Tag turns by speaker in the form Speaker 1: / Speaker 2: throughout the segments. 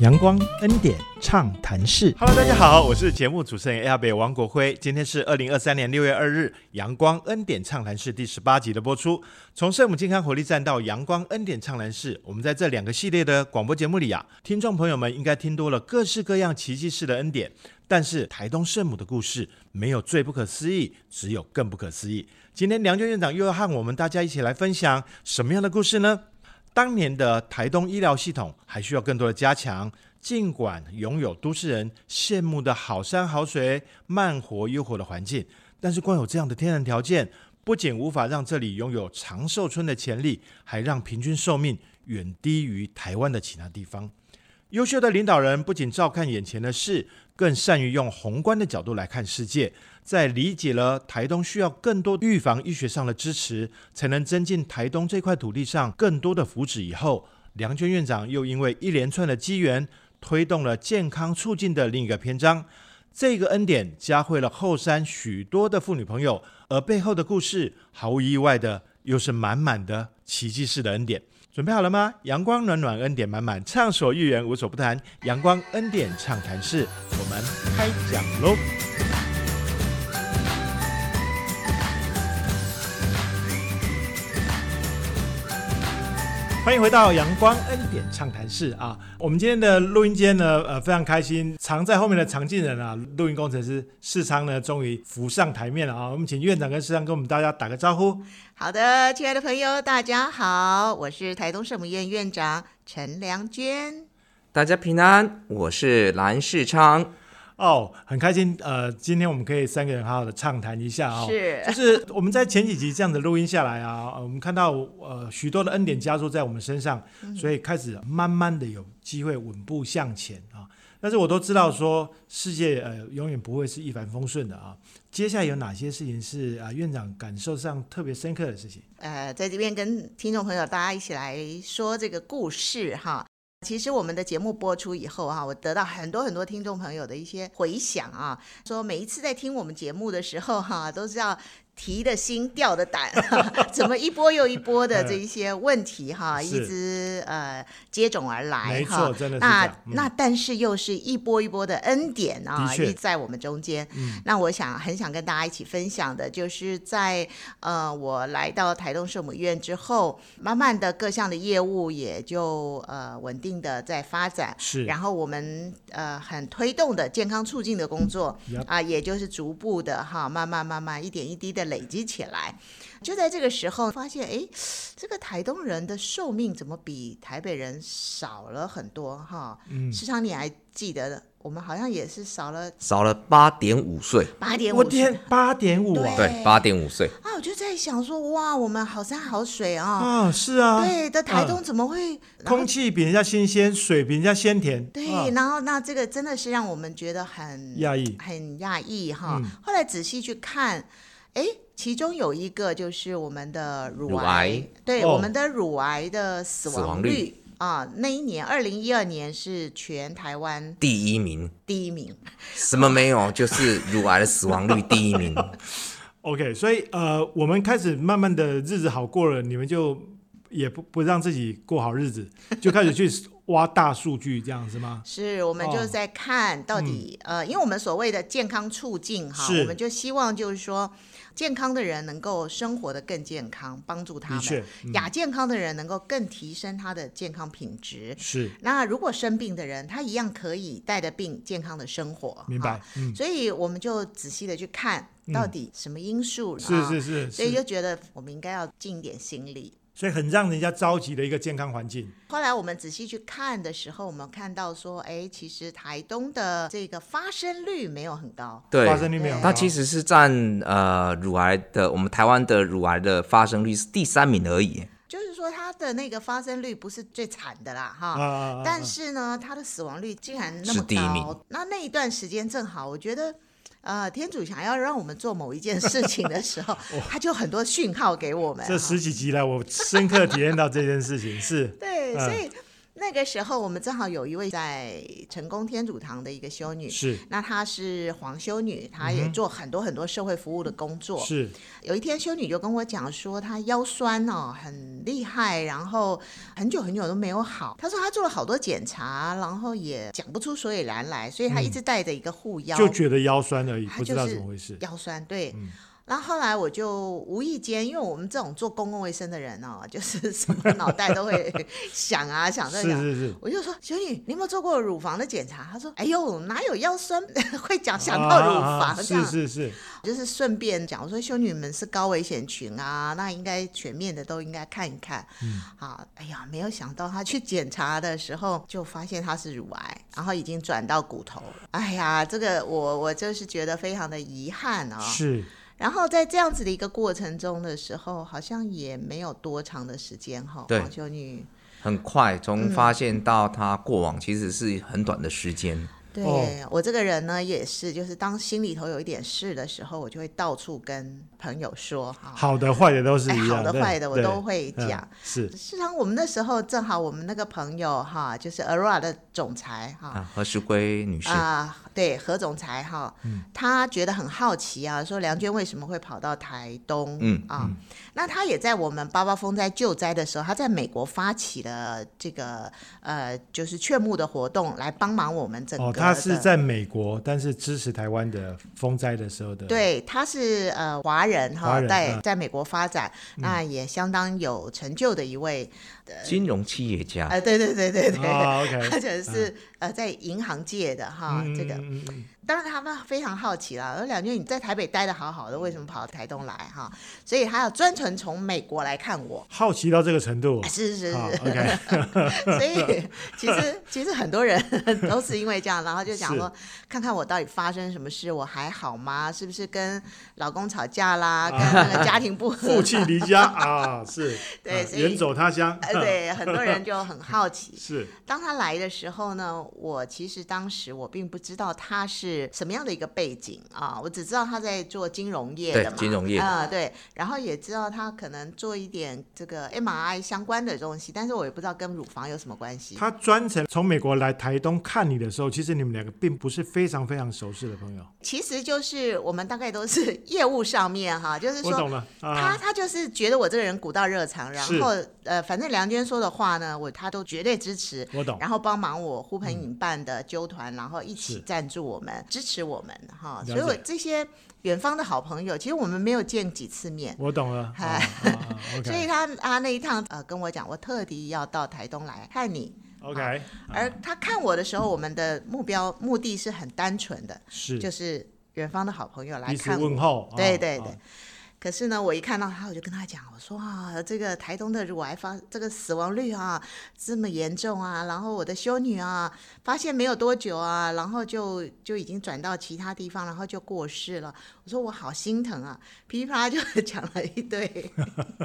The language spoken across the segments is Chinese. Speaker 1: 阳光恩典畅谈室，
Speaker 2: Hello，大家好，我是节目主持人 A 北王国辉，今天是二零二三年六月二日，阳光恩典畅谈室第十八集的播出。从圣母健康活力站到阳光恩典畅谈室，我们在这两个系列的广播节目里啊，听众朋友们应该听多了各式各样奇迹式的恩典，但是台东圣母的故事没有最不可思议，只有更不可思议。今天梁娟院长又要和我们大家一起来分享什么样的故事呢？当年的台东医疗系统还需要更多的加强。尽管拥有都市人羡慕的好山好水、慢活悠活的环境，但是光有这样的天然条件，不仅无法让这里拥有长寿村的潜力，还让平均寿命远低于台湾的其他地方。优秀的领导人不仅照看眼前的事，更善于用宏观的角度来看世界。在理解了台东需要更多预防医学上的支持，才能增进台东这块土地上更多的福祉以后，梁娟院长又因为一连串的机缘，推动了健康促进的另一个篇章。这个恩典加惠了后山许多的妇女朋友，而背后的故事毫无意外的又是满满的奇迹式的恩典。准备好了吗？阳光暖暖，恩典满满，畅所欲言，无所不谈。阳光恩典畅谈室，我们开讲喽！欢迎回到阳光恩典畅谈室啊！我们今天的录音间呢，呃，非常开心，藏在后面的常进人啊，录音工程师世昌呢，终于浮上台面了啊！我们请院长跟世昌跟我们大家打个招呼。
Speaker 3: 好的，亲爱的朋友，大家好，我是台东圣母院院长陈良娟。
Speaker 4: 大家平安，我是蓝世昌。
Speaker 1: 哦，很开心，呃，今天我们可以三个人好好的畅谈一
Speaker 2: 啊
Speaker 1: 下哦。
Speaker 3: 是
Speaker 1: 就是我们在前几集这样子录音下来啊，呃我们看到呃许多的恩典加注在我们身上，
Speaker 3: 嗯
Speaker 1: 所以开始慢慢的有机会稳步向前啊。但是我都知道说世界呃永远不会是一帆风顺的啊。接下来有哪些事情是啊、呃院长感受上特别深刻的事情？
Speaker 3: 呃，在这边跟听众朋友大家一起来说这个故事哈。其实我们的节目播出以后啊，我得到很多很多听众朋友的一些回响啊，说每一次在听我们节目的时候哈、都是要提的心吊的胆、 怎么一波又一波的这一些问题哈、
Speaker 1: 是
Speaker 3: 一直呃接踵而来
Speaker 1: 没
Speaker 3: 哈。
Speaker 1: 错，真的是这
Speaker 3: 那、
Speaker 1: 样。嗯
Speaker 3: 那但是又是一波一波的恩典啊，
Speaker 1: 的确
Speaker 3: 一直在我们中间。
Speaker 1: 嗯
Speaker 3: 那我想很想跟大家一起分享的，就是在呃我来到台东圣母院之后，慢慢的各项的业务也就呃稳定的在发展。
Speaker 1: 是，
Speaker 3: 然后我们呃很推动的健康促进的工作
Speaker 1: Yep
Speaker 3: 啊、也就是逐步的哈，慢慢慢慢一点一滴的累积起来。就在这个时候，发现哎，这个台东人的寿命怎么比台北人少了很多哈？
Speaker 1: 嗯，
Speaker 3: 时常你还记得的，我们好像也是少了
Speaker 4: 少了八点五岁，
Speaker 3: 八点
Speaker 1: 我
Speaker 3: 五十
Speaker 1: 天，八点五啊！
Speaker 3: 哎
Speaker 4: 对，八点五岁，
Speaker 3: 啊，我就在想说哇，我们好山好水啊，
Speaker 1: 啊，是啊，
Speaker 3: 对的，台东
Speaker 1: 嗯
Speaker 3: 怎么会、然后
Speaker 1: 空气比人家新鲜，水比人家鲜甜，
Speaker 3: 对，
Speaker 1: 啊
Speaker 3: 然后那这个真的是让我们觉得很
Speaker 1: 讶异
Speaker 3: 很讶异哈。
Speaker 1: 嗯
Speaker 3: 后来仔细去看，哎，其中有一个就是我们的乳
Speaker 4: 乳
Speaker 3: 癌，
Speaker 4: 癌
Speaker 3: 对、
Speaker 1: 哦
Speaker 3: 我们的乳癌的死
Speaker 4: 死亡
Speaker 3: 亡
Speaker 4: 率
Speaker 3: 啊，那一年二零一二年是全台湾
Speaker 4: 第一名，
Speaker 3: 第一名，
Speaker 4: 什么没有，就是乳癌的死亡率第一 名。
Speaker 1: OK，所以呃，我们开始慢慢的日子好过了，你们就也不不让自己过好日 子，就开始去挖大数据，这样是吗？
Speaker 3: 是我们
Speaker 1: 哦嗯
Speaker 3: 就是在看到底、呃，因为我们所谓的健康促进哈，
Speaker 1: 是
Speaker 3: 我们就希望就是说。健康的人能够生活的更健康，帮助他
Speaker 1: 的
Speaker 3: 们；
Speaker 1: 确，嗯
Speaker 3: 亚健康的人能够更提升他的健康品质。
Speaker 1: 是
Speaker 3: 那如果生病的人，他一样可以带着病健康的生活。
Speaker 1: 明白
Speaker 3: 啊，
Speaker 1: 嗯，
Speaker 3: 所以我们就仔细的去看
Speaker 1: 嗯
Speaker 3: 到底什么因素。
Speaker 1: 是
Speaker 3: 啊
Speaker 1: 是是
Speaker 3: 所以
Speaker 1: 是，
Speaker 3: 就觉得我们应该要尽一点心力。
Speaker 1: 所以很让人家着急的一个健康环境，
Speaker 3: 后来我们仔细去看的时候，我们看到说，哎，其实台东的这个发生率没有很高。
Speaker 4: 对
Speaker 1: 发，生率没有很高。
Speaker 4: 它其实是占呃乳癌的，我们台湾的乳癌的发生率是第三名而已。
Speaker 3: 就是说，它的那个发生率不是最惨的啦，哈，
Speaker 1: 啊啊，啊
Speaker 3: 但是呢，它的死亡率竟然那
Speaker 4: 嗯是
Speaker 3: 么
Speaker 4: 第一
Speaker 3: 高
Speaker 4: 名。
Speaker 3: 那那一段时间正好，我觉得。呃，天主想要让我们做某一件事情的时 候，
Speaker 4: 哦
Speaker 3: 他就很多讯号给我们。啊
Speaker 1: 这
Speaker 3: 哈
Speaker 1: 十几集来，我深刻体验到这件事情，是
Speaker 3: 对，
Speaker 1: 嗯
Speaker 3: 所以那个时候我们正好有一位在成功天主堂的一个修女，
Speaker 2: 是
Speaker 3: 那她是黄修女，
Speaker 4: 嗯
Speaker 3: 她也做很多很多社会服务的工作。
Speaker 2: 是
Speaker 3: 有一天，修女就跟我讲说，她腰酸哦很厉害，然后很久很久都没有好。她说她做了好多检查，然后也讲不出所以然来，所以她一直带着一个护腰，
Speaker 2: 就觉得嗯腰酸而已，
Speaker 3: 他
Speaker 2: 不知道
Speaker 3: 就是
Speaker 2: 怎么回事。
Speaker 3: 腰酸对。然后后来我就无意间，因为我们这种做公共卫生的人哦，就是什么脑袋都会想啊想 这
Speaker 2: 是
Speaker 3: 想，
Speaker 2: 是是，
Speaker 3: 我就说小女，你有没有做过乳房的检查？她说，哎呦，哪有腰酸 会讲想到乳
Speaker 2: 啊啊
Speaker 3: 房
Speaker 2: 啊
Speaker 3: 这
Speaker 2: 是
Speaker 3: 样？
Speaker 2: 是是，
Speaker 3: 就是顺便讲，我说修女们是高危险群啊，那应该全面的都应该看一看。嗯，好，哎呀，没有想到她去检查的时候就发现她是乳癌，然后已经转到骨头。哎呀，这个我我就是觉得非常的遗憾啊、
Speaker 2: 是
Speaker 3: 然后在这样子的一个过程中的时候，好像也没有多长的时间哈、
Speaker 4: 对
Speaker 3: 黄修女，
Speaker 4: 很快从发现到他过往，其实是很短的时间。
Speaker 3: 对、
Speaker 2: 哦
Speaker 3: 我这个人呢也是，就是当心里头有一点事的时候，我就会到处跟朋友说哈。
Speaker 2: 好的坏的都是
Speaker 3: 哎，
Speaker 2: 一
Speaker 3: 好
Speaker 2: 样，
Speaker 3: 的
Speaker 2: 对
Speaker 3: 坏的我
Speaker 2: 对
Speaker 3: 都会
Speaker 2: 嗯
Speaker 3: 讲。
Speaker 2: 是
Speaker 3: 事实上，我们那时候正好我们那个朋友哈，就是 Aurora 的总裁哈
Speaker 4: 啊，何淑瑰女士，
Speaker 3: 啊、对何总裁哈，
Speaker 2: 嗯
Speaker 3: 他觉得很好奇啊，说梁娟为什么会跑到台东？
Speaker 4: 嗯
Speaker 3: 啊，那他也在我们八八风灾救灾的时候，他在美国发起了这个呃，就是劝募的活动，来帮忙我们整个
Speaker 2: 哦，
Speaker 3: 的。
Speaker 2: 他是在美国，但是支持台湾的风灾的时候的，，
Speaker 3: 对，他是呃华人
Speaker 2: 华
Speaker 3: 哈，
Speaker 2: 人
Speaker 3: 在
Speaker 2: 嗯
Speaker 3: 在美国发展，那也相当有成就的一位，
Speaker 4: 金融企业家，
Speaker 3: 呃，对对对对对，
Speaker 2: 啊，OK，
Speaker 3: 而且是、呃在银行界的哈，啊这个
Speaker 2: 嗯嗯嗯
Speaker 3: 当然他们非常好奇啦。而两军你在台北待的好好的，为什么跑到台东来哈？所以他要专程从美国来看我。
Speaker 2: 好奇到这个程度
Speaker 3: 啊、，是是
Speaker 2: 好
Speaker 3: 是，
Speaker 2: ，OK，
Speaker 3: 所以其实其实很多人都是因为这样，然后就想说，看看我到底发生什么事，我还好吗？是不是跟老公吵 架啦，跟那个家庭不和
Speaker 2: 负？气离家啊，是，
Speaker 3: 对
Speaker 2: 嗯
Speaker 3: 所以
Speaker 2: 远走他乡，
Speaker 3: 呃，对，很多人就很好 奇。
Speaker 2: 是
Speaker 3: 当他来的时候呢，我其实当时我并不知道他是什么样的一个背景啊，我只知道他在做金融业的嘛，
Speaker 4: 对金融业
Speaker 3: 啊、对，然后也知道他可能做一点这个 MRI 相关的东西，但是我也不知道跟乳房有什么关系。
Speaker 2: 他专程从美国来台东看你的时候，其实你们两个并不是非常非常熟识的朋友，
Speaker 3: 其实就是我们大概都是 业务上面哈，就是
Speaker 2: 我
Speaker 3: 说。
Speaker 2: 懂了
Speaker 3: 他
Speaker 2: 啊，
Speaker 3: 他就是觉得我这个人古道热肠，然
Speaker 2: 是
Speaker 3: 后呃，反正梁娟说的话呢，我他都绝对支持。
Speaker 2: 我懂，
Speaker 3: 然后帮忙我呼朋引伴的纠团，然后一起
Speaker 2: 是
Speaker 3: 赞助我们、支持我们哈。
Speaker 2: 了解
Speaker 3: 所以我这些远方的好朋友，其实我们没有见几次面。
Speaker 2: 我懂了啊
Speaker 3: 嗨
Speaker 2: 啊 啊
Speaker 3: 所以
Speaker 2: ，OK
Speaker 3: 他他那一趟呃跟我讲，我特地要到台东来看你。啊
Speaker 2: OK，
Speaker 3: 而他看我的时候，我们的目标目的是很单纯的，
Speaker 2: 是
Speaker 3: 就是远方的好朋友来
Speaker 2: 彼此
Speaker 3: 看我
Speaker 2: 问。候，啊
Speaker 3: 对对对
Speaker 2: 啊。
Speaker 3: 可是呢，我一看到他，我就跟他讲，我说啊，这个台东的乳癌发这个死亡率啊这么严重啊，然后我的修女啊发现没有多久啊，然后就就已经转到其他地方，然后就过世了。我说我好心疼啊，噼里啪啦就讲了一堆，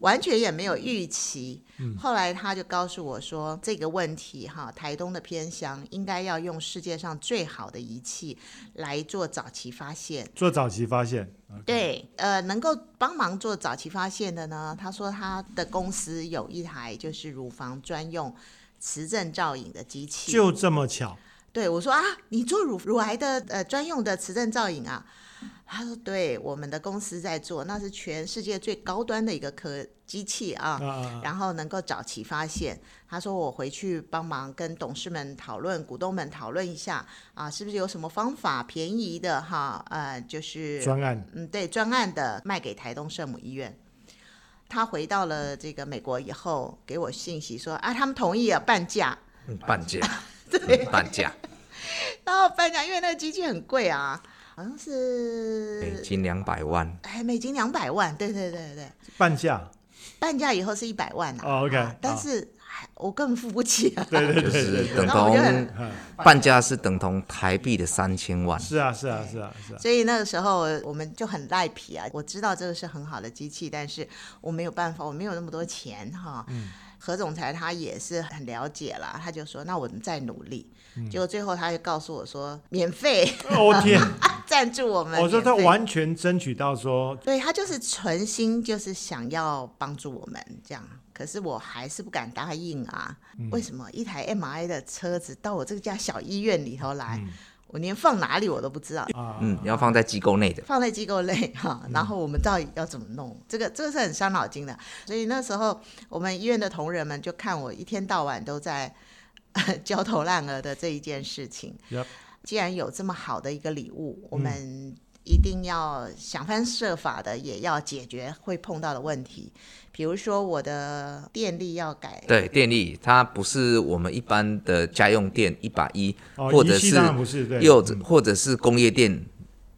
Speaker 3: 完全也没有预期。后来他就告诉我说，这个问题哈，台东的偏乡应该要用世界上最好的仪器来做早期发现。
Speaker 2: 做早期发现，
Speaker 3: 对，呃，能够帮忙做早期发现的呢，他说他的公司有一台就是乳房专用磁振造影的机器。
Speaker 2: 就这么巧，
Speaker 3: 对我说啊，你做乳乳癌的呃专用的磁振造影啊？他说对，我们的公司在做，那是全世界最高端的一个科机器啊。
Speaker 2: 啊啊
Speaker 3: 然后能够早期发现。他说我回去帮忙跟董事们讨论、股东们讨论一下啊，是不是有什么方法便宜的哈？呃，就是
Speaker 2: 专案
Speaker 3: 嗯，对，专案的卖给台东圣母医院。他回到了这个美国以后，给我信息说啊，他们同意了半价。
Speaker 4: 嗯半价，
Speaker 3: 对，
Speaker 4: 嗯半价，
Speaker 3: 然后半价，因为那个机器很贵啊，好像
Speaker 4: 美
Speaker 3: 是
Speaker 4: 金哎两百万。
Speaker 3: 哎美金两百万，对对对对，
Speaker 2: 半价，
Speaker 3: 半价以后是一百万啊。
Speaker 2: 哦，OK，
Speaker 3: 啊但
Speaker 2: 好
Speaker 3: 是还我根本付不起啊。
Speaker 2: 对对
Speaker 4: 就
Speaker 2: 对对
Speaker 4: 是
Speaker 2: 对，嗯
Speaker 4: 等
Speaker 3: 那我就很
Speaker 4: 同半价是等同台币的三千万，
Speaker 2: 是啊是啊是啊 是啊，
Speaker 3: 所以那个时候我们就很赖皮啊，我知道这个是很好的机器，但是我没有办法，我没有那么多钱哈。
Speaker 2: 嗯
Speaker 3: 何总裁他也是很了解啦，他就说那我们再努力。
Speaker 2: 嗯
Speaker 3: 结果最后他就告诉我说免费
Speaker 2: 哦天，
Speaker 3: 赞助我 们，
Speaker 2: 我说他
Speaker 3: 免费。
Speaker 2: 完全争取到说
Speaker 3: 对他就是存心，就是想要帮助我们这样。可是我还是不敢答应啊。
Speaker 2: 嗯
Speaker 3: 为什么一台 MI 的车子到我这家小医院里头来，
Speaker 2: 嗯
Speaker 3: 我连放哪里我都不知道，
Speaker 2: 啊，
Speaker 4: 嗯，要放在机构内的，
Speaker 3: 放在机构内 哈、然后我们到底要怎么弄？这个这个是很伤脑筋的。所以那时候我们医院的同仁们就看我一天到晚都在 焦头烂额的这一件事情。
Speaker 2: Yep
Speaker 3: 既然有这么好的一个礼物，我们一定要想方设法的也要解决会碰到的问题，比如说我的电力要
Speaker 2: 嗯
Speaker 3: 改，
Speaker 4: 对，电力它不是我们一般的家用电一百一，
Speaker 2: 哦
Speaker 4: 或者
Speaker 2: 仪器
Speaker 4: 是
Speaker 2: 当然不是对嗯
Speaker 4: 又或者是工业电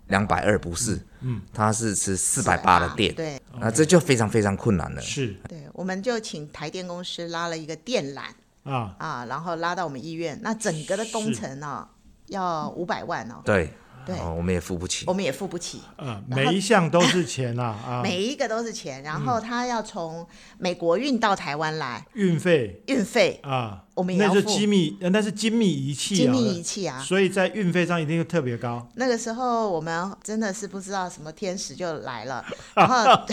Speaker 4: 两百二，不是，嗯，它是吃四百八的电，
Speaker 3: 对
Speaker 4: 啊，这就非常非常困难了。
Speaker 2: 是
Speaker 3: 对，我们就请台电公司拉了一个电缆。
Speaker 2: 啊，
Speaker 3: 啊，然后拉到我们医院，那整个的工
Speaker 2: 是
Speaker 3: 程呢、要五百万哦，
Speaker 4: 对，
Speaker 3: 对
Speaker 4: 哦，我们也付不起
Speaker 3: 我。们也付不起，
Speaker 2: 呃，每一项都是钱啊啊，
Speaker 3: 每一个都是钱，然后他要从美国运到台湾来，
Speaker 2: 运费
Speaker 3: 运费
Speaker 2: 啊，
Speaker 3: 我们也
Speaker 2: 那
Speaker 3: 要
Speaker 2: 是
Speaker 3: 付
Speaker 2: 机密，呃那是精密仪器
Speaker 3: 精
Speaker 2: 啊，
Speaker 3: 密仪器啊。
Speaker 2: 所以在运费上一定会特别高。
Speaker 3: 那个时候我们真的是不知道什么天使就 来了，然后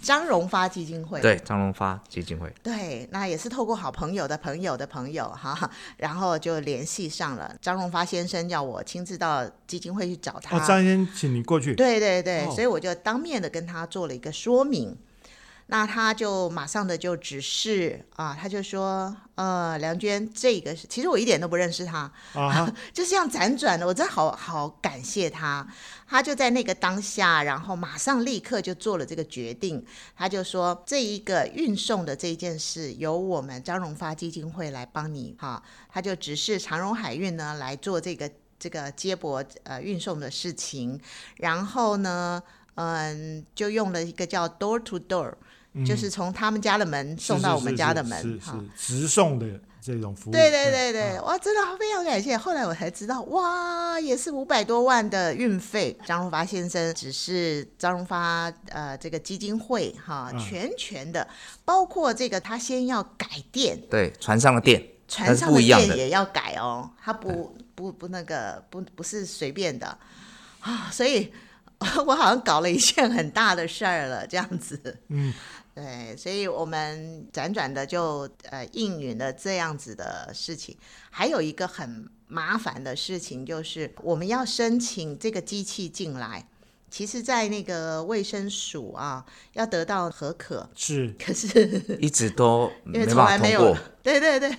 Speaker 3: 张荣发基金会，
Speaker 4: 对，张荣发基金会，
Speaker 3: 对，那也是透过好朋友的朋友的朋友哈，然后就联系上了。张荣发先生要我亲自到基金会去找他，
Speaker 2: 哦，张先生，请你过去。
Speaker 3: 对对对，
Speaker 2: 哦
Speaker 3: 所以我就当面的跟他做了一个说明。那他就马上的就指示啊，他就说，呃，梁娟，这个是，其实我一点都不认识他，
Speaker 2: 啊哈，
Speaker 3: 就这样辗转的，我真的好好感谢他。他就在那个当下，然后马上立刻就做了这个决定。他就说，这一个运送的这一件事由我们张荣发基金会来帮你哈、他就指示长荣海运呢来做这个这个接驳呃运送的事情。然后呢，嗯，就用了一个叫 door to door，、就是从他们家的门送到我们家的门
Speaker 2: 嗯是是
Speaker 3: 哈。
Speaker 2: 是直送的这种服务。嗯
Speaker 3: 对对对对，哇，真的非常感谢。后来我才知道，哇，也是五百多万的运费。张荣发先生只是张荣发呃这个基金会哈，
Speaker 2: 嗯
Speaker 3: 全权的，包括这个他先要改电，
Speaker 4: 对，船上的电，它
Speaker 3: 船
Speaker 4: 是
Speaker 3: 上
Speaker 4: 不一样
Speaker 3: 电
Speaker 4: 的。嗯
Speaker 3: 也要改哦，它不不不那个不不是随便的啊，所以 我好像搞了一件很大的事儿了，这样子。
Speaker 2: 嗯，
Speaker 3: 对，所以我们辗转的就呃应允了这样子的事情。还有一个很麻烦的事情就是，我们要申请这个机器进来。其实，在那个卫生署啊，要得到合可，
Speaker 2: 是
Speaker 3: 可是
Speaker 4: 一直都
Speaker 3: 因
Speaker 4: 没
Speaker 3: 为
Speaker 4: 办
Speaker 3: 从来
Speaker 4: 法
Speaker 3: 没
Speaker 4: 通
Speaker 3: 有
Speaker 4: 过，，
Speaker 3: 对对对，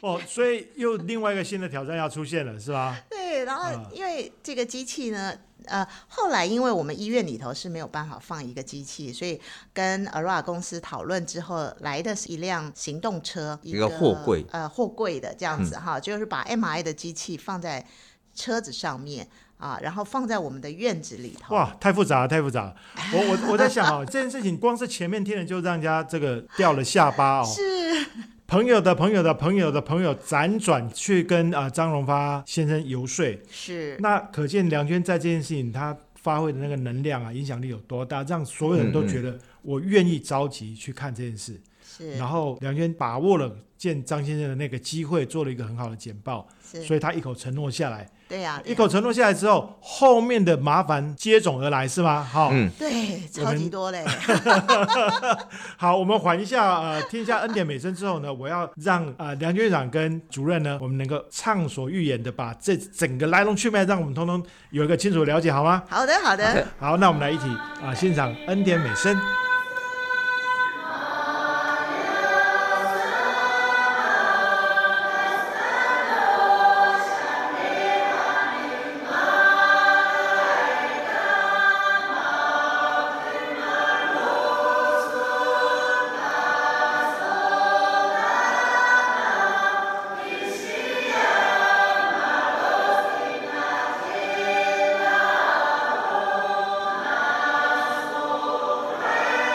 Speaker 2: 哦，所以又另外一个新的挑战要出现了，是吧？
Speaker 3: 对，然
Speaker 2: 啊
Speaker 3: 后因为这个机器呢，呃，后来因为我们医院里头是没有办法放一个机器，所以跟 Aurora 公司讨论之后，来的是一辆行动车，一
Speaker 4: 一个货柜
Speaker 3: 呃，货柜的这样子哈，就是把 MI 的机器放在车子上面啊，然后放在我们的院子里头。
Speaker 2: 哇，太复杂了，太复杂了。我我我在想啊、哦， 这件事情光是前面听了就让人家这个掉了下巴哦。
Speaker 3: 是，
Speaker 2: 朋友的朋友的朋友的朋友辗转去跟啊、呃张荣发先生游说，
Speaker 3: 是，
Speaker 2: 那可见梁娟在这件事情他发挥的那个能量啊，影响力有多大，让所有人都觉得我愿意着急去看这件事。
Speaker 3: 嗯是，
Speaker 2: 然后梁娟把握了见张先生的那个机会，做了一个很好的简报，
Speaker 3: 是，
Speaker 2: 所以他一口承诺下来。
Speaker 3: 对啊呀、对
Speaker 2: 一
Speaker 3: 呀
Speaker 2: 口承诺下来之后，后面的麻烦接踵而来，是吗？好，
Speaker 4: 嗯
Speaker 3: 对，
Speaker 2: 我
Speaker 3: 超级
Speaker 2: 们
Speaker 3: 多嘞，
Speaker 2: 好，我们缓一下，呃，听一下恩典美声之后呢，我要让呃梁院长跟主任呢，我们能够畅所欲言的把这整个来龙去脉，让我们通通有一个清楚的了解，好吗？
Speaker 3: 好的，好的。
Speaker 2: 好，那我们来一起啊、欣赏恩典美声。
Speaker 5: Amen.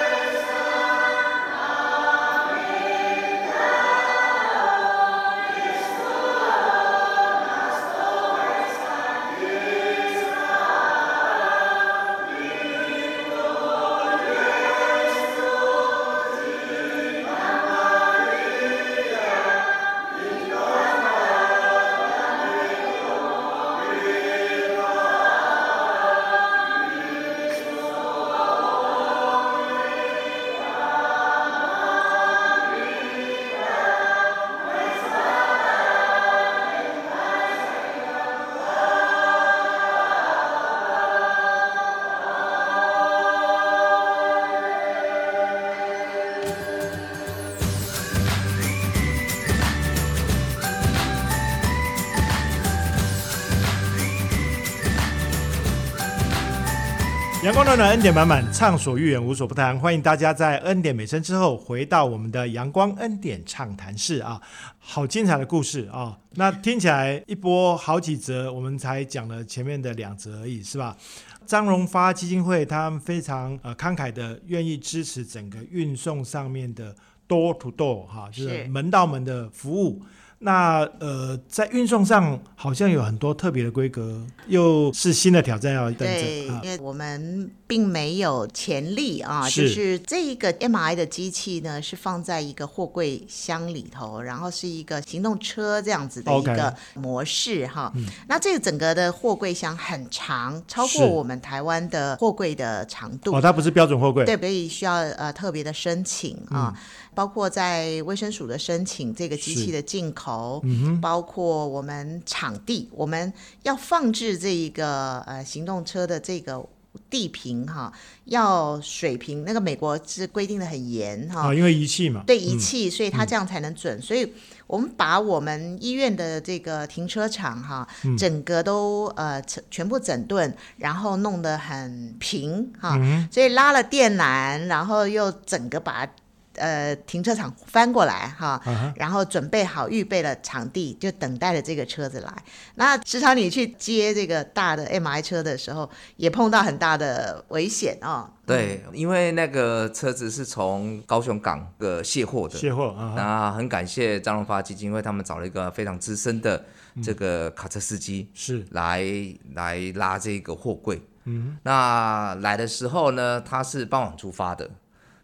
Speaker 2: 阳光暖暖，恩典满满，畅所欲言，无所不谈。欢迎大家在恩典美声之后，回到我们的阳光恩典畅谈室啊！好精彩的故事啊！那听起来一波好几则，我们才讲了前面的两则而已，是吧？张荣发基金会他们非常呃慷慨的，愿意支持整个运送上面的 door to door 哈、就是
Speaker 3: 是
Speaker 2: 门到门的服务。那呃，在运送上好像有很多特别的规格，又是新的挑战要等
Speaker 3: 对，
Speaker 2: 着
Speaker 3: 因
Speaker 2: 啊。
Speaker 3: 为我们并没有潜力啊，
Speaker 2: 是
Speaker 3: 就是这一个 MI 的机器呢是放在一个货柜箱里头，然后是一个行动车这样子的一
Speaker 2: OK 嗯
Speaker 3: 个模式哈。那这个整个的货柜箱很长，超
Speaker 2: 是
Speaker 3: 过我们台湾的货柜的长度。
Speaker 2: 哦，它不是标准货柜，
Speaker 3: 对，所以需要呃特别的申请啊，包括在卫生署的申请，这个机器
Speaker 2: 是
Speaker 3: 的进口，包括我们场地，我们要放置这一个呃行动车的这个。地坪哈、要水平，那个美国是规定的很严哈、
Speaker 2: 啊，因为仪器嘛，
Speaker 3: 对仪器，所以它这样才能准。所以我们把我们医院的这个停车场哈，整个都呃全全部整顿，然后弄得很平哈，所以拉了电缆，然后又整个把。呃，停车场翻过来哈，然后准备好预备了场地，就等待了这个车子来。那时常你去接这个大的 MI 车的时候，也碰到很大的危险哦。
Speaker 4: 对，因为那个车子是从高雄港的卸货的，
Speaker 2: 卸货啊，
Speaker 4: 那很感谢张荣发基金会，他们找了一个非常资深的这个卡车司机
Speaker 2: 是
Speaker 4: 来、来拉这个货柜。嗯，那来的时候呢，他是傍晚出发的，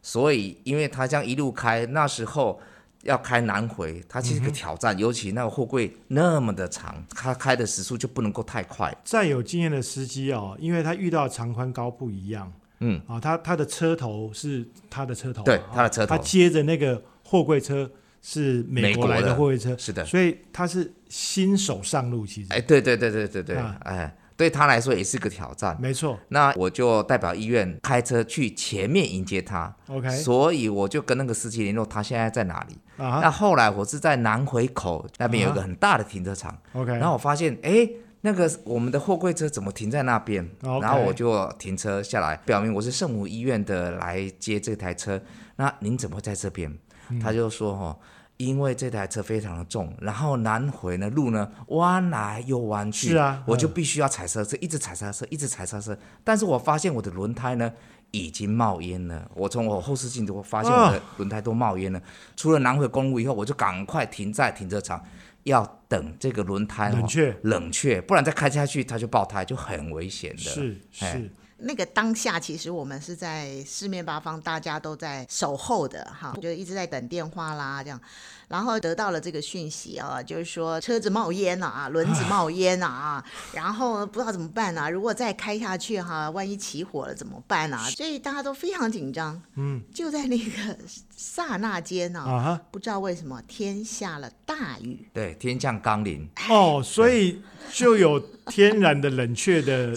Speaker 4: 所以因为他这样一路开，那时候要开南回，它其实是
Speaker 2: 嗯
Speaker 4: 个挑战，尤其那个货柜那么的长，他开的时速就不能够太快。
Speaker 2: 再有经验的司机哦，因为他遇到长宽高不一样，
Speaker 4: 嗯，
Speaker 2: 啊，他他的车头是他的车头嘛，
Speaker 4: 对
Speaker 2: 啊
Speaker 4: 他的车头
Speaker 2: 他接着那个货柜车是美
Speaker 4: 美
Speaker 2: 国
Speaker 4: 国
Speaker 2: 来的
Speaker 4: 的
Speaker 2: 货柜车，
Speaker 4: 是的
Speaker 2: 所以他是新手上路，其实，
Speaker 4: 哎，对对对对对对，
Speaker 2: 啊
Speaker 4: 哎，对他来说也是个挑战。
Speaker 2: 没错
Speaker 4: 那我就代表医院开车去前面迎接他。
Speaker 2: ，OK
Speaker 4: 所以我就跟那个司机联络，他现在在哪里？
Speaker 2: 啊
Speaker 4: 那后来我是在南回口那边有一
Speaker 2: 啊
Speaker 4: 个很大的停车场，
Speaker 2: ，OK，
Speaker 4: 然后我发现，哎，那个我们的货柜车怎么停在那边？
Speaker 2: OK
Speaker 4: 然后我就停车下来，表明我是圣母医院的来接这台车。那您怎么会在这边？
Speaker 2: 嗯
Speaker 4: 他就说哦。因为这台车非常的重，然后南回呢路呢弯来又弯去，
Speaker 2: 是啊
Speaker 4: 我就
Speaker 2: 嗯
Speaker 4: 必须要踩刹车，一直踩刹车，一直踩刹车。但是我发现我的轮胎呢已经冒烟了，我从我后视镜我发现我
Speaker 2: 啊
Speaker 4: 的轮胎都冒烟了。出了南回公路以后，我就赶快停在停车场，要等这个轮胎、哦、
Speaker 2: 冷却
Speaker 4: 冷却，不然再开下去它就爆胎，就很危险的。
Speaker 2: 是
Speaker 4: 哎
Speaker 2: 是
Speaker 3: 那个当下，其实我们是在四面八方，大家都在守候的哈，就一直在等电话啦，这样，然后得到了这个讯息啊，就是说车子冒烟了啊，轮子冒烟了啊，然后不知道怎么办啊，如果再开下去哈、万一起火了怎么办啊？所以大家都非常紧张。嗯，就在那个刹那间呢、
Speaker 2: 啊哈，
Speaker 3: 不知道为什么天下了大雨，
Speaker 4: 对，天降甘霖，
Speaker 2: 哦，所以就有天然的冷却的
Speaker 3: 大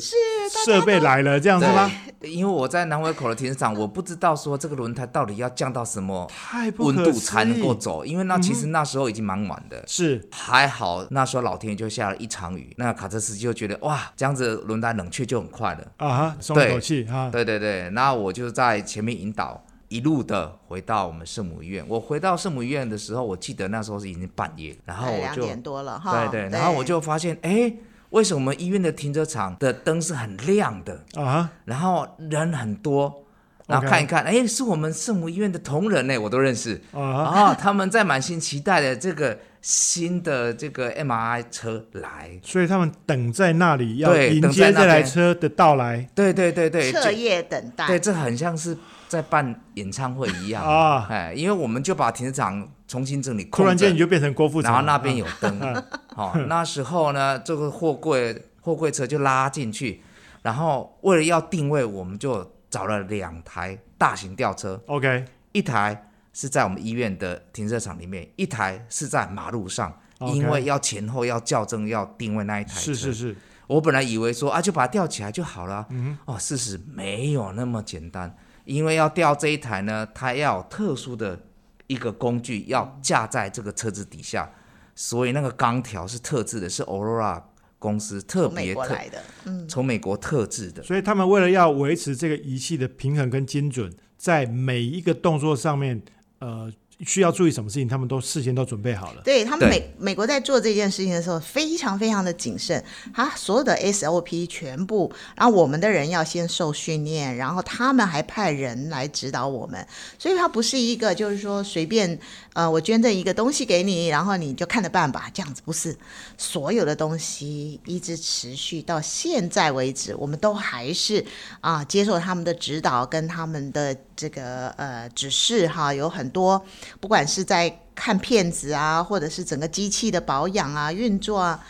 Speaker 3: 家
Speaker 2: 设备来了，这啊样是吗？
Speaker 4: 对？因为我在南回口的停车场，我不知道说这个轮胎到底要降到什么
Speaker 2: 太不
Speaker 4: 温
Speaker 2: 可
Speaker 4: 度
Speaker 2: 思
Speaker 4: 才能够
Speaker 2: 议嗯
Speaker 4: 走，因为那其实那时候已经蛮晚的。
Speaker 2: 是
Speaker 4: 还好那时候老天爷就下了一场雨，那卡车司机就觉得哇，这样子轮胎冷却就很快了。
Speaker 2: 啊哈，松了
Speaker 4: 对
Speaker 2: 口气啊，
Speaker 4: 对对对，那我就在前面引导，一路的回到我们圣母医院。我回到圣母医院的时候，我记得那时候是已经半夜，然后
Speaker 3: 哎
Speaker 4: 我
Speaker 3: 两
Speaker 4: 就
Speaker 3: 点多了哈，
Speaker 4: 对对，然后我就发现，哎，为什么医院的停车场的灯是很亮的，
Speaker 2: 啊哈，
Speaker 4: 然后人很多，然后
Speaker 2: OK
Speaker 4: 看一看，哎，是我们圣母医院的同仁呢，哎我都认识。
Speaker 2: 啊哈，
Speaker 4: 啊，他们在满心期待的这个新的这个 MRI 车来，
Speaker 2: 所以他们等在那里要
Speaker 4: 对
Speaker 2: 迎
Speaker 4: 等
Speaker 2: 接
Speaker 4: 在那
Speaker 2: 这台
Speaker 4: 边
Speaker 2: 车的到来
Speaker 4: 对对对对，
Speaker 3: 彻
Speaker 4: 就
Speaker 3: 夜等待，
Speaker 4: 对，这很像是在办演唱会一样
Speaker 2: 啊
Speaker 4: 哎，因为我们就把停车场重新整理空着，
Speaker 2: 突然间你就变成郭富城
Speaker 4: 然
Speaker 2: 了，
Speaker 4: 后那边
Speaker 2: 啊
Speaker 4: 有灯， 好、哦，那时候呢，这个货柜货柜车就拉进去，然后为了要定位，我们就找了两台大型吊车，
Speaker 2: OK
Speaker 4: 一台是在我们医院的停车场里面，一台是在马路上。
Speaker 2: OK
Speaker 4: 因为要前后要校正，要定位那一台车。
Speaker 2: 是是是
Speaker 4: 我本来以为说啊，就把它吊起来就好了啊。
Speaker 2: 嗯
Speaker 4: 哦，事实没有那么简单，因为要吊这一台呢，它要有特殊的一个工具要架在这个车子底下，所以那个钢条是特制的，是 Aurora 公司特
Speaker 3: 从美
Speaker 4: 别
Speaker 3: 国
Speaker 4: 特
Speaker 3: 来的，嗯，
Speaker 4: 从美国特制的，
Speaker 2: 所以他们为了要维持这个仪器的平衡跟精准，在每一个动作上面，呃，需要注意什么事情，他们都事先都准备好了。
Speaker 3: 对他们
Speaker 4: 对
Speaker 3: 美美国在做这件事情的时候，非常非常的谨慎，他所有的 SOP 全部，然后我们的人要先受训练，然后他们还派人来指导我们，所以它不是一个就是说随便，呃，我捐赠一个东西给你，然后你就看着办吧，这样子不是，所有的东西一直持续到现在为止，我们都还是啊、接受他们的指导跟他们的这个呃指示哈，有很多不管是在看片子啊，或者是整个机器的保养啊、运作啊，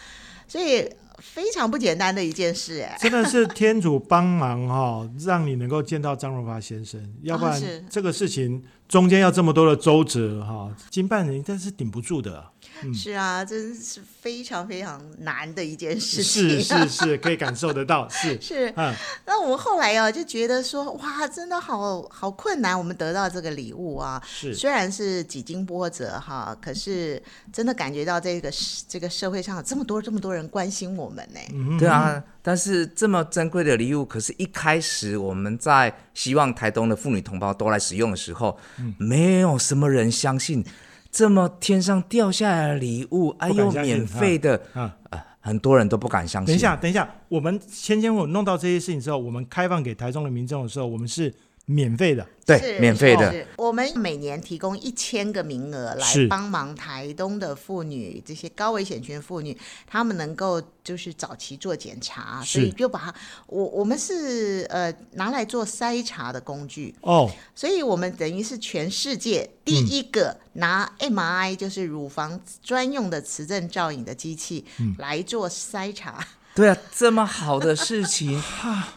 Speaker 3: 所以非常不简单的一件事哎。
Speaker 2: 真的是天主帮忙哈、 让你能够见到张荣发先生，要不然
Speaker 3: 是
Speaker 2: 这个事情中间要这么多的周折哈、金半人但是顶不住的啊。
Speaker 3: 是啊，真是非常非常难的一件事情。
Speaker 2: 是是是，可以感受得到，是
Speaker 3: 是
Speaker 2: 嗯，
Speaker 3: 那我们后来啊就觉得说，哇，真的好好困难，我们得到这个礼物啊，
Speaker 2: 是
Speaker 3: 虽然是几经波折哈，可是真的感觉到这个世这个社会上有这么多这么多人关心我们呢、
Speaker 2: 嗯
Speaker 4: 对啊。但是这么珍贵的礼物，可是一开始我们在希望台东的妇女同胞都来使用的时候，
Speaker 2: 嗯
Speaker 4: 没有什么人相信这么天上掉下来的礼物，哎
Speaker 2: 不敢
Speaker 4: 呦，
Speaker 2: 相信
Speaker 4: 免费的，呃
Speaker 2: 啊。
Speaker 4: 很多人都不敢相信。
Speaker 2: 等一下，等一下，我们先前我弄到这些事情之后，我们开放给台中的民众的时候，我们是免费的，
Speaker 4: 对，
Speaker 3: 是
Speaker 4: 免费的，
Speaker 3: 是我们每年提供一千个名额来
Speaker 2: 是
Speaker 3: 帮忙台东的妇女，这些高危险群妇女，她们能够就是早期做检查，
Speaker 2: 是
Speaker 3: 所以就把它我我们是呃拿来做筛查的工具，
Speaker 2: 哦，
Speaker 3: 所以我们等于是全世界第一个拿 MRI，、就是乳房专用的磁振造影的机器、来做筛查。
Speaker 4: 对啊，这么好的 事情，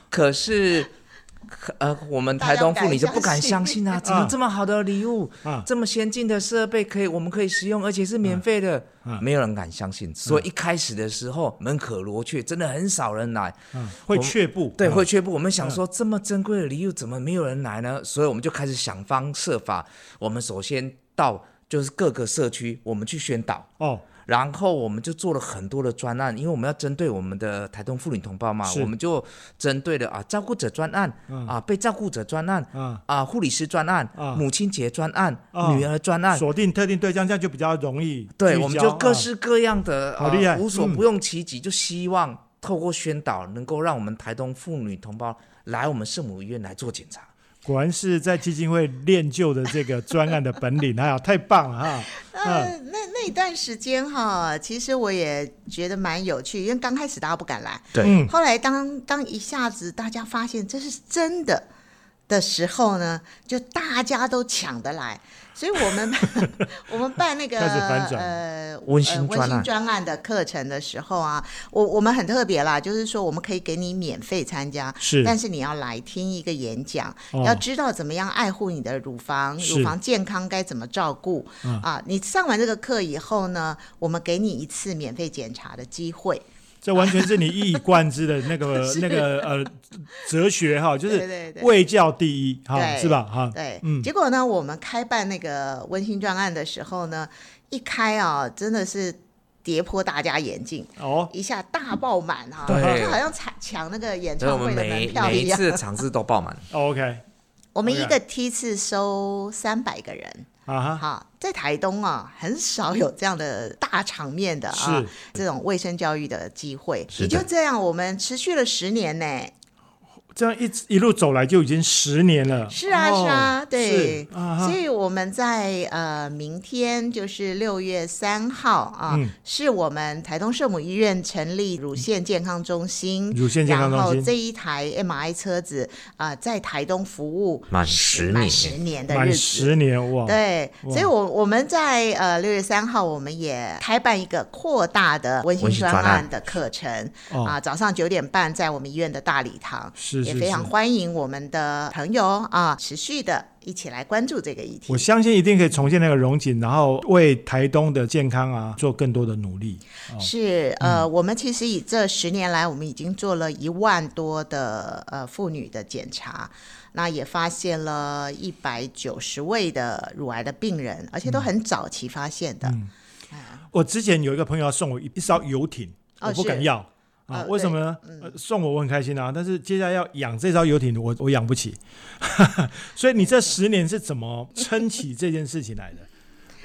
Speaker 4: 可是，可呃，我们台东妇女就不敢相信啊！
Speaker 2: 大
Speaker 4: 怎
Speaker 2: 家不敢相信
Speaker 4: 么这么好的礼物，
Speaker 2: 啊
Speaker 4: 这么先进的设备可以我们可以使用，而且是免费的，
Speaker 2: 嗯
Speaker 4: 没有人敢相信。所以一开始的时候，门可罗雀，真的很少人来。
Speaker 2: 嗯，会却步，
Speaker 4: 对，
Speaker 2: 嗯
Speaker 4: 会却步。我们想说，这么珍贵的礼物怎么没有人来呢？所以我们就开始想方设法。我们首先到就是各个社区，我们去宣导。
Speaker 2: 哦，
Speaker 4: 然后我们就做了很多的专案，因为我们要针对我们的台东妇女同胞嘛，
Speaker 2: 是嗯
Speaker 4: 我们就针对了啊照顾者专案、啊被照顾者专案
Speaker 2: 啊、
Speaker 4: 啊护理师专案、
Speaker 2: 啊
Speaker 4: 母亲节专案、
Speaker 2: 啊
Speaker 4: 女儿专案，
Speaker 2: 锁定特定对象，这样就比较容易聚焦，
Speaker 4: 对，我们就各
Speaker 2: 啊
Speaker 4: 式各样的，
Speaker 2: 好厉害
Speaker 4: 呃，无所
Speaker 2: 嗯
Speaker 4: 不用其极，就希望透过宣导，能够让我们台东妇女同胞来我们圣母医院来做检查。
Speaker 2: 果然是在基金会练就的这个专案的本领，哎呀，太棒了哈！
Speaker 3: 呃，那那一段时间哈，其实我也觉得蛮有趣，因为刚开始大家不敢来，
Speaker 4: 对
Speaker 2: 嗯，
Speaker 3: 后来当当一下子大家发现这是真的的时候呢，就大家都抢着来，所以我们我们办 那个
Speaker 2: 开始翻转
Speaker 3: 呃
Speaker 4: 温馨
Speaker 3: 呃
Speaker 4: 专
Speaker 3: 温
Speaker 4: 案
Speaker 3: 馨专案的课程的时候啊，我我们很特别啦，就是说我们可以给你免费参加。
Speaker 2: 是，
Speaker 3: 但是你要来听一个演讲，
Speaker 2: 哦
Speaker 3: 要知道怎么样爱护你的乳房，
Speaker 2: 是
Speaker 3: 乳房健康该怎么照顾、
Speaker 2: 嗯
Speaker 3: 啊！你上完这个课以后呢，我们给你一次免费检查的机会，
Speaker 2: 这完全是你一以贯之的那 个那个呃哲学哈，就
Speaker 3: 对
Speaker 2: 是
Speaker 3: 对对
Speaker 2: 卫教第一哈，
Speaker 3: 对
Speaker 2: 是吧？哈，
Speaker 3: 对，
Speaker 2: 嗯
Speaker 3: 结果呢，我们开办那个温馨专案的时候呢，一开啊，真的是跌破大家眼镜，
Speaker 2: 哦，
Speaker 3: 一下大爆满啊，
Speaker 4: 对
Speaker 3: 就好像抢抢那个演
Speaker 4: 所以我
Speaker 3: 唱会
Speaker 4: 们
Speaker 3: 的
Speaker 4: 每
Speaker 3: 门票
Speaker 4: 每
Speaker 3: 一
Speaker 4: 一
Speaker 3: 样。
Speaker 4: 次的场次都爆满，
Speaker 2: OK，
Speaker 3: 我们一个梯次收三百个人，
Speaker 2: 啊哈，
Speaker 3: 哈，在台东啊，很少有这样的大场面的啊
Speaker 2: 是，
Speaker 3: 这种卫生教育的机会。
Speaker 4: 是
Speaker 3: 也
Speaker 4: 的
Speaker 3: 就这样，我们持续了十年呢。
Speaker 2: 这样一直一路走来就已经十年了，
Speaker 3: 是啊，
Speaker 2: 哦
Speaker 3: 是啊，对
Speaker 2: 是，啊哈
Speaker 3: 所以我们在呃明天就是六月三号啊，
Speaker 2: 嗯
Speaker 3: 是我们台东圣母医院成立乳腺健康中心，
Speaker 2: 乳腺健康中心
Speaker 3: 然后这一台 MRI 车子啊、在台东服务
Speaker 4: 满十
Speaker 3: 满
Speaker 4: 年
Speaker 3: 十年的
Speaker 2: 满
Speaker 3: 日子。
Speaker 2: 十年哇，
Speaker 3: 对，
Speaker 2: 哇
Speaker 3: 所以我，我们在呃六月三号，我们也开办一个扩大的温馨
Speaker 4: 温馨
Speaker 3: 专
Speaker 4: 专
Speaker 3: 案
Speaker 4: 案
Speaker 3: 的课程啊、
Speaker 2: 哦
Speaker 3: 早上九点半在我们医院的大礼堂，
Speaker 2: 是
Speaker 3: 也
Speaker 2: 是
Speaker 3: 非常
Speaker 2: 是
Speaker 3: 欢迎我们的朋友啊，持续的一起来关注这个议题
Speaker 2: 我。相信一定可以重现那个荣景，然后为台东的健康啊做更多的努力。
Speaker 3: 是呃，我们其实以这十年来，我们已经做了一万多的呃妇女的检查，那也发现了一百九十位的乳癌的病人，而且都很早期发现的。
Speaker 2: 我之前有一个朋友要送我一一艘游艇，
Speaker 3: 哦
Speaker 2: 我不敢
Speaker 3: 是
Speaker 2: 要，啊
Speaker 3: 呃？
Speaker 2: 为什么呢？呃送我我很开心啊，但是接下来要养这艘游艇，我我养不起。 所以你这十年是怎么撑起这件事情来的？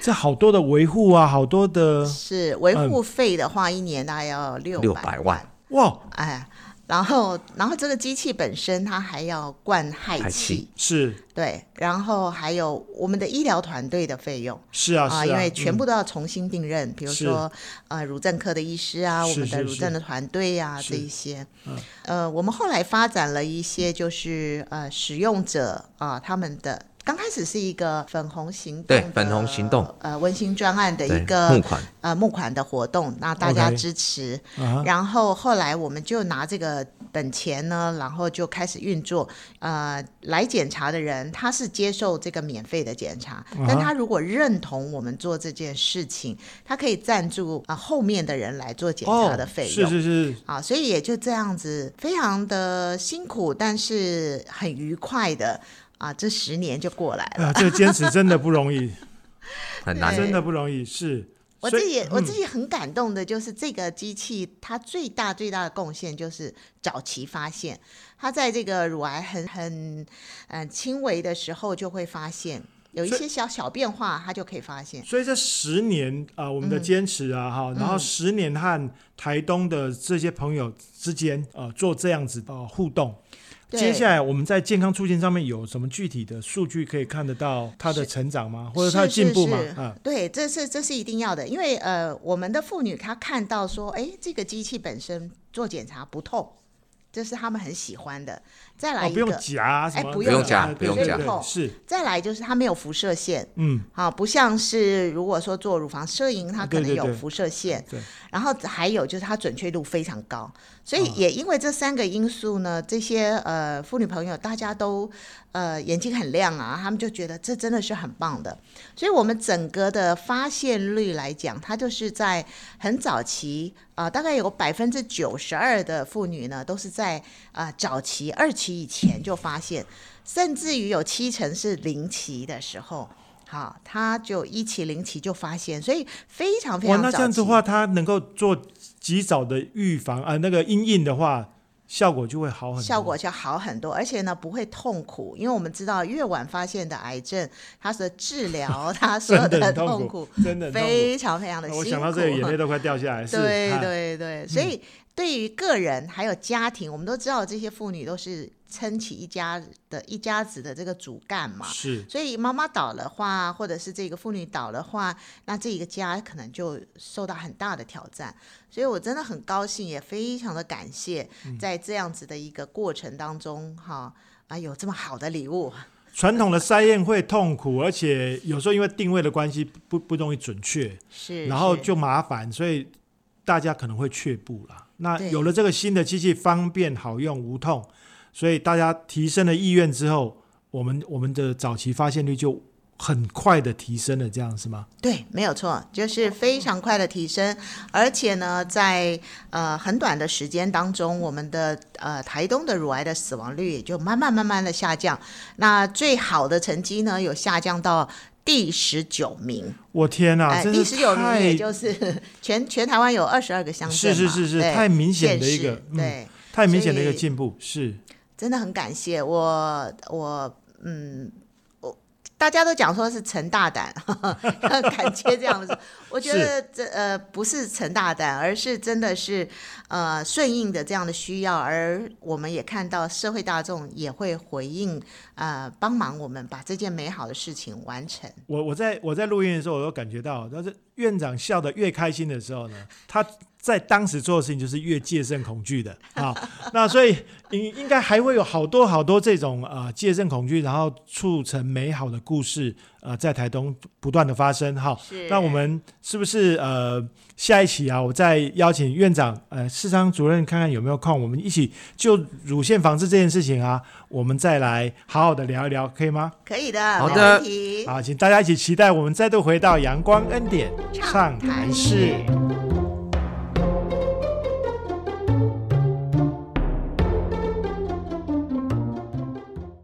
Speaker 2: 这好多的维护啊，好多的
Speaker 3: 是维护费的话，一年大概要六
Speaker 4: 六百万，
Speaker 2: 哇，
Speaker 3: 哎，然后然后这个机器本身它还要灌氦气
Speaker 4: 氦气，
Speaker 2: 是
Speaker 3: 对，然后还有我们的医疗团队的费用。
Speaker 2: 是啊，是啊，
Speaker 3: 因为全
Speaker 2: 嗯
Speaker 3: 部都要重新定任，比如
Speaker 2: 是
Speaker 3: 说呃，乳症科的医师啊，我
Speaker 2: 是
Speaker 3: 们的
Speaker 2: 是
Speaker 3: 乳
Speaker 2: 是
Speaker 3: 症的团队啊，
Speaker 2: 是
Speaker 3: 这一些
Speaker 2: 嗯，
Speaker 3: 呃，我们后来发展了一些就是呃，使用者啊、他们的。刚开始是一个粉红行动
Speaker 4: 对
Speaker 3: 的
Speaker 4: 粉红行动
Speaker 3: 呃温馨专案的
Speaker 4: 对
Speaker 3: 一个
Speaker 4: 募款，
Speaker 3: 呃募款的活动，那大家
Speaker 2: OK
Speaker 3: 支持。
Speaker 2: 啊哈
Speaker 3: 然后后来我们就拿这个本钱呢，然后就开始运作。呃，来检查的人他是接受这个免费的检查，
Speaker 2: 嗯
Speaker 3: 但他如果认同我们做这件事情，他可以赞助啊、呃后面的人来做检查的费用。
Speaker 2: 哦、是是是，
Speaker 3: 啊，所以也就这样子，非常的辛苦，但是很愉快的啊，这十年就过来了。
Speaker 2: 啊，这个坚持真的不容易，
Speaker 4: 很 难啊
Speaker 3: 对。
Speaker 2: 真的不容易，是。
Speaker 3: 我
Speaker 2: 所以嗯
Speaker 3: 自己也我自己很感动的，就是这个机器它最大最大的贡献就是早期发现，它在这个乳癌很很嗯、呃轻微的时候就会发现有一
Speaker 2: 所以
Speaker 3: 些小小变化，它就可以发现。
Speaker 2: 所以这十年啊、我
Speaker 3: 嗯
Speaker 2: 们的坚持啊，哈、然后十年和台东的这些朋友之间呃做这样子的、呃互动。
Speaker 3: 对
Speaker 2: 接下来我们在健康促进上面有什么具体的数据可以看得到它的成长吗？或者它的进步吗？
Speaker 3: 是是是
Speaker 2: 啊，
Speaker 3: 对，这是这是一定要的，因为呃，我们的妇女她看到说，哎，这个机器本身做检查不痛，这是她们很喜欢的。再来
Speaker 2: 哦，
Speaker 3: 一
Speaker 2: 不
Speaker 3: 个，哦
Speaker 2: 用夹啊什
Speaker 3: 哎
Speaker 2: 么的，
Speaker 3: 不
Speaker 4: 用夹
Speaker 2: 哎
Speaker 4: 不用
Speaker 2: 对
Speaker 3: 夹
Speaker 2: 对对是，
Speaker 3: 再来就是它没有辐射线，
Speaker 2: 嗯，
Speaker 3: 好，不像是如果说做乳房摄影，它可
Speaker 2: 对
Speaker 3: 能
Speaker 2: 对
Speaker 3: 有
Speaker 2: 对
Speaker 3: 辐射线，
Speaker 2: 对
Speaker 3: 然后还有就是它准确度非常高，所以
Speaker 2: 啊
Speaker 3: 也因为这三个因素呢，这些呃妇女朋友大家都呃眼睛很亮啊，他们就觉得这真的是很棒的，所以我们整个的发现率来讲，它就是在很早期啊、呃大概有百分之九十二的妇女呢都是在啊、呃早期二期以前就发现，甚至于有七成是零期的时候。好，他就一期零期就发现，所以非常非
Speaker 2: 哇，
Speaker 3: 常早
Speaker 2: 那
Speaker 3: 期。
Speaker 2: 这样子的话，它能够做及早的预防啊、呃那个阴影的话，效果就会好很多。
Speaker 3: 效果就好很多，而且呢不会痛苦，因为我们知道越晚发现的癌症，它的治疗它所有
Speaker 2: 真的很
Speaker 3: 痛
Speaker 2: 痛
Speaker 3: 苦，
Speaker 2: 真的很痛苦
Speaker 3: 非常非常的辛苦。
Speaker 2: 我想到这个，眼泪都快掉下来。是
Speaker 3: 对
Speaker 2: 啊
Speaker 3: 对对，所以对于个人还有家庭，我们都知道这些妇女都是撑起一家的一家子的这个主干嘛。
Speaker 2: 是
Speaker 3: 所以妈妈倒的话，或者是这个妇女倒的话，那这一个家可能就受到很大的挑战。所以我真的很高兴，也非常的感谢，在这样子的一个过程当中，哈、啊有这么好的礼物，
Speaker 2: 传统的筛验会痛苦，而且有时候因为定位的关系不不容易准确，
Speaker 3: 是，
Speaker 2: 然后
Speaker 3: 是
Speaker 2: 就麻烦，所以大家可能会却步啦。那
Speaker 3: 对
Speaker 2: 有了这个新的机器，方便、好用、无痛，所以大家提升了意愿之后，我们我们的早期发现率就很快的提升了，这样是吗？
Speaker 3: 对，没有错，就是非常快的提升，而且呢，在呃很短的时间当中，我们的呃台东的乳癌的死亡率也就慢慢慢慢的下降。那最好的成绩呢，有下降到第十九名，
Speaker 2: 我天啊，
Speaker 3: 哎、
Speaker 2: 真
Speaker 3: 第
Speaker 2: 是
Speaker 3: 十九名
Speaker 2: 太
Speaker 3: 也就是 全全台湾有二十二个乡镇
Speaker 2: 是
Speaker 3: 嘛
Speaker 2: 是是是
Speaker 3: 对
Speaker 2: 太明显
Speaker 3: 县
Speaker 2: 的一个
Speaker 3: 市
Speaker 2: 嗯
Speaker 3: 对。
Speaker 2: 太明显的一个
Speaker 3: 所以
Speaker 2: 进步，是
Speaker 3: 真的很感谢我，我嗯，我大家都讲说是陈大胆， 感谢这样子。我觉得这呃不是陈大胆，而是真的是呃顺应的这样的需要，而我们也看到社会大众也会回应呃帮忙我们把这件美好的事情完成。
Speaker 2: 我我在我在录音的时候，我都感觉到，但是院长笑得越开心的时候呢， 他在当时做的事情就是越戒慎恐惧的 啊。那所以应应该还会有好多好多这种呃戒慎恐惧，然后促成美好的故事呃在台东不断的发生哈。
Speaker 3: 是
Speaker 2: 那我们是不是呃下一期啊，我再邀请院长呃市场主任看看有没有空，我们一起就乳腺防治这件事情啊，我们再来好好的聊一聊，可以吗？
Speaker 3: 可以的，
Speaker 4: 好
Speaker 3: 没
Speaker 4: 的
Speaker 3: 问题。
Speaker 2: 好，请大家一起期待我们再度回到阳光恩典
Speaker 3: 畅谈
Speaker 2: 室。
Speaker 3: 室